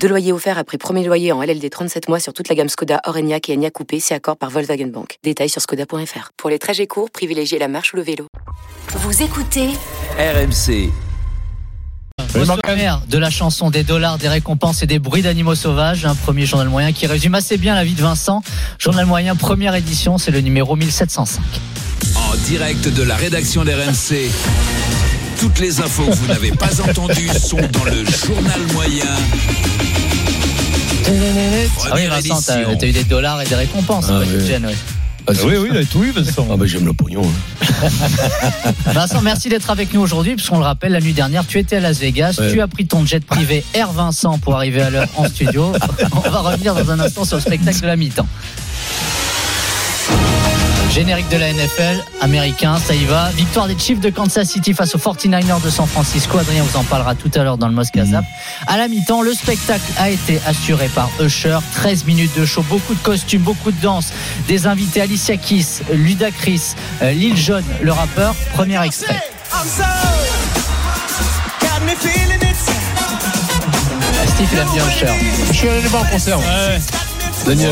Deux loyers offerts après premier loyer en LLD 37 mois sur toute la gamme Skoda, Orenia et Enya Coupé, si accord par Volkswagen Bank. Détails sur skoda.fr. Pour les trajets courts, privilégiez la marche ou le vélo. Vous écoutez RMC. Recentraire de la chanson des dollars, des récompenses et des bruits d'animaux sauvages, un premier journal moyen qui résume assez bien la vie de Vincent. Journal moyen première édition, c'est le numéro 1705. En direct de la rédaction d'RMC. Toutes les infos que vous n'avez pas entendues sont dans le journal moyen. Ah oui Vincent, t'as édition. t'as eu des dollars et des récompenses. Ah ouais, oui. Jen, ouais. oui, oui, il a tout eu, Vincent. Ah, bah, j'aime le pognon. hein. Vincent, merci d'être avec nous aujourd'hui, puisqu'on le rappelle, la nuit dernière, tu étais à Las Vegas, Ouais. tu as pris ton jet privé Air Vincent pour arriver à l'heure en studio. On va revenir dans un instant sur le spectacle de la mi-temps. Générique de la NFL, américain, ça y va. Victoire des Chiefs de Kansas City face aux 49ers de San Francisco. Adrien vous en parlera tout à l'heure dans le Mosca Zap. À la mi-temps, le spectacle a été assuré par Usher. 13 minutes de show, beaucoup de costumes, beaucoup de danse. Des invités Alicia Keys, Ludacris, euh, Lil Jon, le rappeur. Premier extrait. I'm so got me feeling it. Ah, Steve, il aime bien Usher. Je suis allé les voir en concert. Daniel.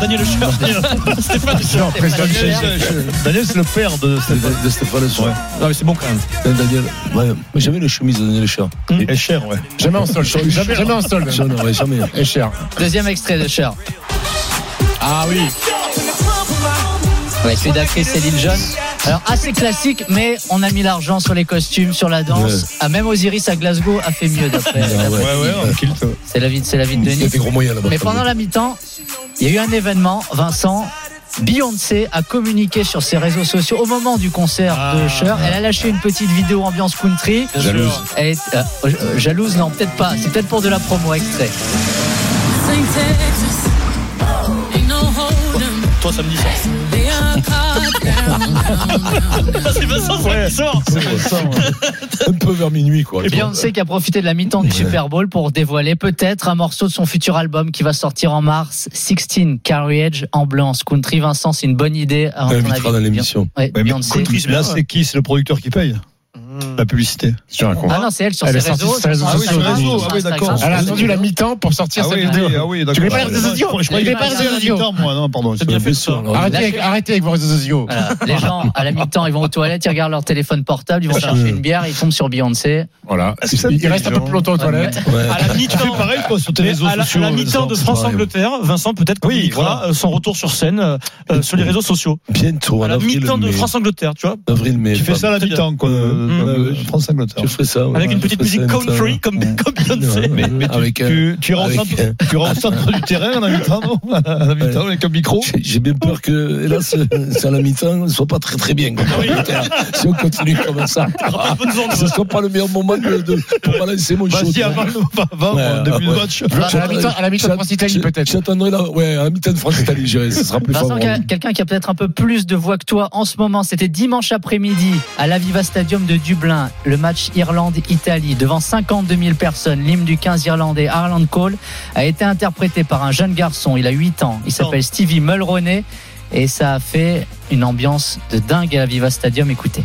Daniel Le Chien. Stéphane Le Chien. Daniel Daniel, Daniel, c'est le père de Stéphane. De Stéphane Lechat. Non, mais c'est bon quand même. Hum. Ouais. Daniel, ouais. Mais jamais les chemises de Daniel Lechat. Et cher, ouais. Jamais en solde. Jamais, jamais en solde. Jamais, ouais, jamais. Et cher. Deuxième extrait de Usher. Ah oui. Avec Ludacris et Lil Jon. Alors assez classique, mais on a mis l'argent sur les costumes, sur la danse. Ouais. Ah, même Osiris à Glasgow a fait mieux d'après. Ah, d'après ouais. Ouais, ouais, en kilt. C'est la vie, de- c'est la vie de Il y a Denis. des gros moyens là-bas. Mais pendant la mi-temps, il y a eu un événement, Vincent. Beyoncé a communiqué sur ses réseaux sociaux au moment du concert de Usher. Elle a lâché une petite vidéo ambiance country. Jalouse. Elle est, euh, euh, jalouse, non, peut-être pas. C'est peut-être pour de la promo extrait. Toi, samedi soir. C'est Vincent, Ouais. samedi soir. C'est vrai, ça, ouais. Un peu vers minuit, quoi. Beyoncé qui a profité de la mi-temps du Super Bowl pour dévoiler peut-être un morceau de son futur album qui va sortir en mars, 16 Carriage en Blanc. Country Vincent, c'est une bonne idée. à On ton l'invitera avis. dans l'émission. Ouais, Ouais, mais Beyoncé. Country, c'est bien, Là, ouais. c'est qui C'est le producteur qui paye La publicité. Tu racontes. Ah non, c'est elle sur Elle ses est sortie réseaux. sur ses réseaux sur sociaux, Instagram, sur Denis. Ah oui, Instagram. d'accord. Elle a attendu la mi-temps pour sortir Ah, sa vidéo. Ah oui, Tu mets pas les réseaux sociaux. Je Tu mets croyais pas les pas réseaux sociaux. moi. Non, pardon. C'est bien fait ça. Arrêtez avec, arrêtez avec vos réseaux sociaux. Voilà. Les gens, à la mi-temps, ils vont aux toilettes, ils regardent leur téléphone portable, ils vont chercher une bière, ils tombent sur Beyoncé. Voilà. C'est ça, Il les reste un peu gens. plus longtemps aux toilettes. À la mi-temps, pareil, quoi, sur tes Mais réseaux à la, à sociaux. la mi-temps Vincent, de c'est pareil. France-Angleterre, Vincent peut-être Oui, communiquera grave. euh, son retour sur scène euh, euh, sur les réseaux sociaux. Bientôt, À en la avril, mi-temps de mai. France-Angleterre, tu vois. Avril, mai. Tu fais ça à la Très bien. mi-temps, quoi, Euh, de- euh, Je ferai ça. ouais. Avec une Je petite ferai ça, musique une fois. country comme, comme Ouais, Beyoncé. mais- mais tu- Avec euh, un- tu, tu rentres avec un- un- tu rentres un peu du terrain à la mi-temps, non À la mi-temps, avec un micro. J'ai- J'ai bien peur que, hélas, c'est à la mi-temps, ne soit pas très très bien. comme Ah commentaire. si on continue comme ça, ce ne sera pas le meilleur moment de, de- pour balancer mon show. Vas-y, avant, avant, Ouais, avant, début de ouais. match. À la mi-temps- à la mi-temps de J'att- France-Italie, peut-être. J'attendrai la, ouais, à la mi-temps de France-Italie, j'irai, ce sera plus Vincent, favorable. quel- quelqu'un qui a peut-être un peu plus de voix que toi en ce moment, c'était dimanche après-midi à l'Aviva Stadium de Dublin, le match Irlande-Italie, devant 52 000 personnes. L'hymne du 15 irlandais Harland Cole a été interprété par un jeune garçon, il a 8 ans, il s'appelle Stevie Mulroney, et ça a fait une ambiance de dingue à l'Aviva Stadium, écoutez.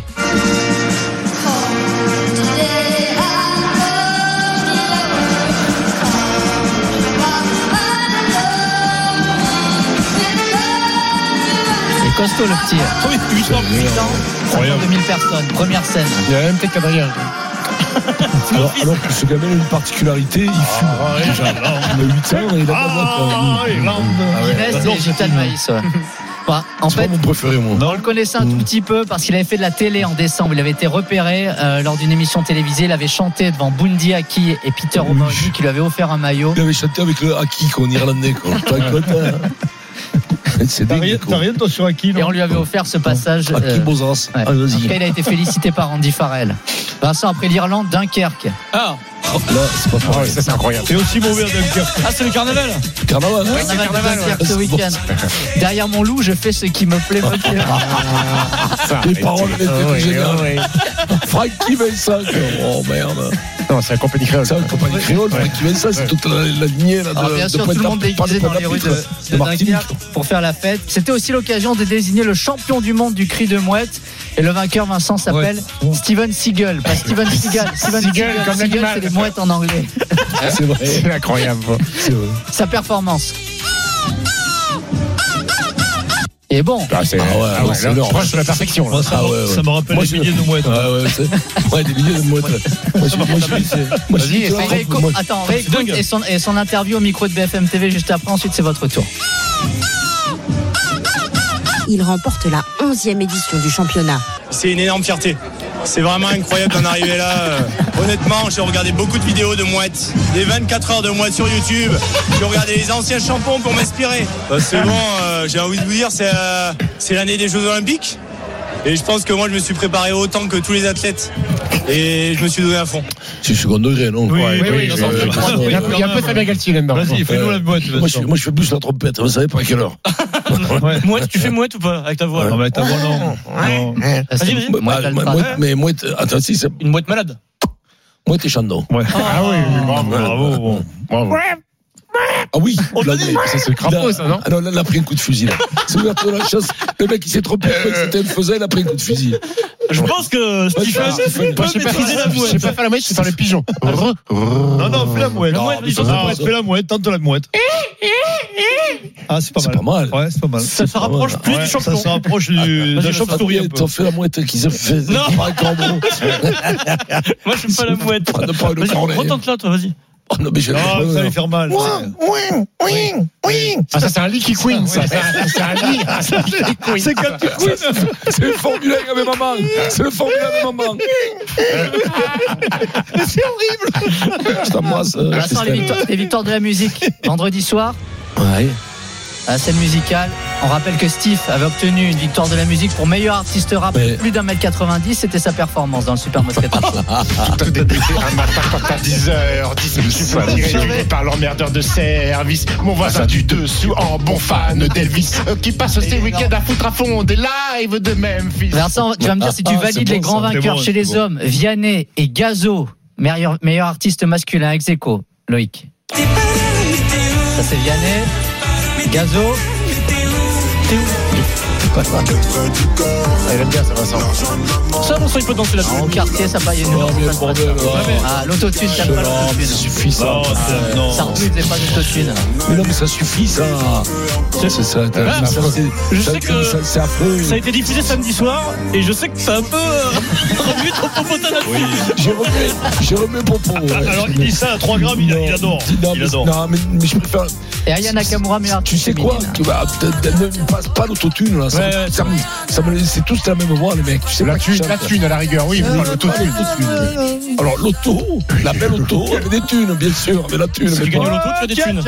C'est costaud le petit. hein. Oui, 8 ans, 8 ans. 52 000 personnes, première scène. Il y a la même tête qu'Adrien. Alors, alors que ce gamin a une particularité, il fume. Ah, Il a 8 ans, il a pas Ah, Irlande. Guinness et Gita de maïs. ouais. Bah, en C'est pas fait, mon Mmh. préféré, moi. on le connaissait un tout petit peu parce qu'il avait fait de la télé en décembre. Il avait été repéré euh, lors d'une émission télévisée. Il avait chanté devant Bundy Aki et Peter Oui. O'Mahony qui lui avait offert un maillot. Il avait chanté avec le Haki, quoi, en irlandais, quoi. T'as un côté, hein. C'est T'as rien, dingue, t'as quoi. rien, toi, sur Aki, Et on non lui avait offert ce passage. Haki euh, Bozas. ouais. Ah, En tout vas-y. cas, il a été félicité par Andy Farrell. Vincent, après l'Irlande, Dunkerque. Ah, Là, c'est pas pareil. ça c'est incroyable. C'est aussi mauvais à Dunkerque. Ah, c'est le carnaval Carnaval, hein Carnaval de carnaval, Dunkerque ouais. ce week-end. Derrière mon loup, je fais ce qui me plaît, me plaît. Ça, Les arrêtez. paroles étaient Ah ouais, géniales. ah ouais. Francky Vincent. Oh merde. Non, c'est la compagnie créole. C'est un compagnie créole, Ouais. Francky Vincent, c'est toute la, la lignée là, Ah, de, Alors, bien de sûr, tout Pointe- le monde pas de déguisé dans les rues Pointe-à-Pitre, de, de Martinique. Dunkerque pour faire la fête. C'était aussi l'occasion de désigner le champion du monde du cri de mouette. Et le vainqueur, Vincent, s'appelle Steven Seagal. Pas Steven Seagal. Steven Seagal, Seagal, comme Seagal, l'animal. c'est les mouettes en anglais. C'est vrai. C'est incroyable. C'est vrai. Sa performance. Et bon, Ah, c'est Ah ouais, ah ouais, ouais, c'est là, on énorme. proche de la perfection. là. Moi, ça, Ah ouais, ouais. ça me rappelle Moi, les je- milliers de mouettes. Ah ouais, c'est- ouais, des milliers de mouettes. Moi, je- moi, je- moi, je- Vas-y, moi, je- réécoute- moi, attends, réécoute dingue. et son, et son interview au micro de BFM TV juste après. Ensuite, c'est votre tour. Il remporte la 11e édition du championnat. C'est une énorme fierté. C'est vraiment incroyable d'en arriver là. Euh, Honnêtement, j'ai regardé beaucoup de vidéos de mouettes, des 24 heures de mouettes sur YouTube. J'ai regardé les anciens champions pour m'inspirer. Euh, c'est bon, euh, j'ai envie de vous dire, c'est euh, c'est l'année des Jeux Olympiques. Et je pense que moi, je me suis préparé autant que tous les athlètes. Et je me suis donné à fond. C'est second degré, non Oui, Ouais, oui, oui, non, euh, euh, c'est vrai. Il y a- il y a un peu de Fabien Galtier là-dedans. Vas-y, fais-nous la mouette. moi, je, moi, je fais plus la trompette. Vous savez pas à quelle heure Ouais. Ah, Mouette, tu fais mouette ou pas avec ta voix Non, mais t'as vraiment. non. Vas-y, Moi, moi, moi, Mais moi, t'es- attends, si, c'est- Une mouette malade. moi, t'es chandon. Ouais. Ah oui, oui, bravo, Bravo, bravo. bon. bravo. Ah oui là, mais- Ça, c'est le crapaud, Là- ça, non Ah non, là, il a pris un coup de fusil. là. C'est ouvert de la chasse. Le mec, il s'est trompé. Euh. C'était un faisin, il a pris un coup de fusil. Je pense que Moi, Stéphane je sais pas, maîtriser la je sais pas faire la Ah, mouette, je sais faire le pigeon. Re- Non, non, fais la mouette. Non, mais ça, Non, c'est pas ça. fais la mouette, tente la mouette. Ah, c'est pas C'est mal. pas mal. Ouais, c'est pas mal. Ça se rapproche plus du champion. Ça se rapproche Ah, du, de la chauve-souris un peu. T'en fais la mouette qu'ils ont fait. Non. Pas un grand mot. Moi, je n'aime pas la mouette. Prends- ne prends le cornet. là, toi, vas-y. Oh non, mais je Ah, ça va l'ai faire mal. Ah, ça, c'est un lit qui queen, ça. C'est c'est un lit. Ah, ça, c'est un lit queen. C'est quand tu couines. C'est le formulaire avec maman. C'est le formulaire avec maman. C'est horrible. Je t'embrasse. euh, Vincent, les Christelle. victoires, les victoires de la musique. Vendredi soir, Ouais. à la scène musicale. On rappelle que Steve avait obtenu une victoire de la musique pour meilleur artiste rap de Ouais. plus d'un mètre 90. C'était sa performance dans le Super Moscato Show. Tout a débuté un matin quand à 10h, 10 tu me dirais par l'emmerdeur de service, mon voisin du dessous en bon fan d'Elvis, euh, qui passe ses week-ends à foutre à fond des lives de Memphis. Vincent, tu vas me dire si tu Ah, valides c'est les bon, grands ça. vainqueurs C'est bon, chez les c'est bon. hommes, Vianney et Gazo, meilleur, meilleur artiste masculin ex aequo. Loïc. Ça, c'est Vianney. Gazo. T'es où Ah, il aime bien ça, Vincent. Ça, mon sang, il peut danser là-dessus. En quartier, ça paye une Oh, mais le bordel. Ah, l'autotune, t'as pas Non, mais ça l'autotune. suffit, ça. Non, c'est- non. Ça recrute, c'est pas l'autotune. Mais non, mais ça suffit, ça. C'est ça. ça, ça, c'est- Je ça, sais que- ça, C'est affreux. Ça a été diffusé samedi soir et je sais que ça a un peu euh, revu ton propos de ta nature. J'ai remis, j'ai remis le propos. ouais. Alors, il dit ça à 3 grammes, il, il adore. Non, Il mais, adore. non, mais, mais je préfère. Et Aya Nakamura, meilleur Tu sais quoi féminine. que, bah, peut-être, Ne me passe pas l'autotune, là. Ça, Ouais, ouais, ça me- ça me- c'est tous la même voix, les mecs. Tu sais La pas qui thune, chante. la thune à la rigueur, oui, Euh, mais pas l'autotune. Alors, l'auto, la belle auto, avec des thunes, bien sûr, avec la thune. Si mais tu pas- gagnes l'auto, tu as des thunes.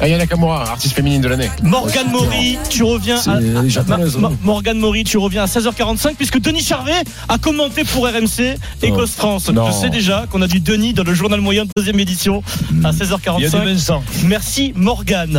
Aya Nakamura, artiste féminine de l'année. Morgane Maury, tu reviens C'est à. les japonaises, hein. Ma- non Morgane Maury, tu reviens à 16h45 puisque Denis Charvet a commenté pour RMC Écosse France. Non. Je sais déjà Hmm. qu'on a du Denis dans le journal moyen deuxième édition à Il y a du 16h45. Vincent. Merci Morgane.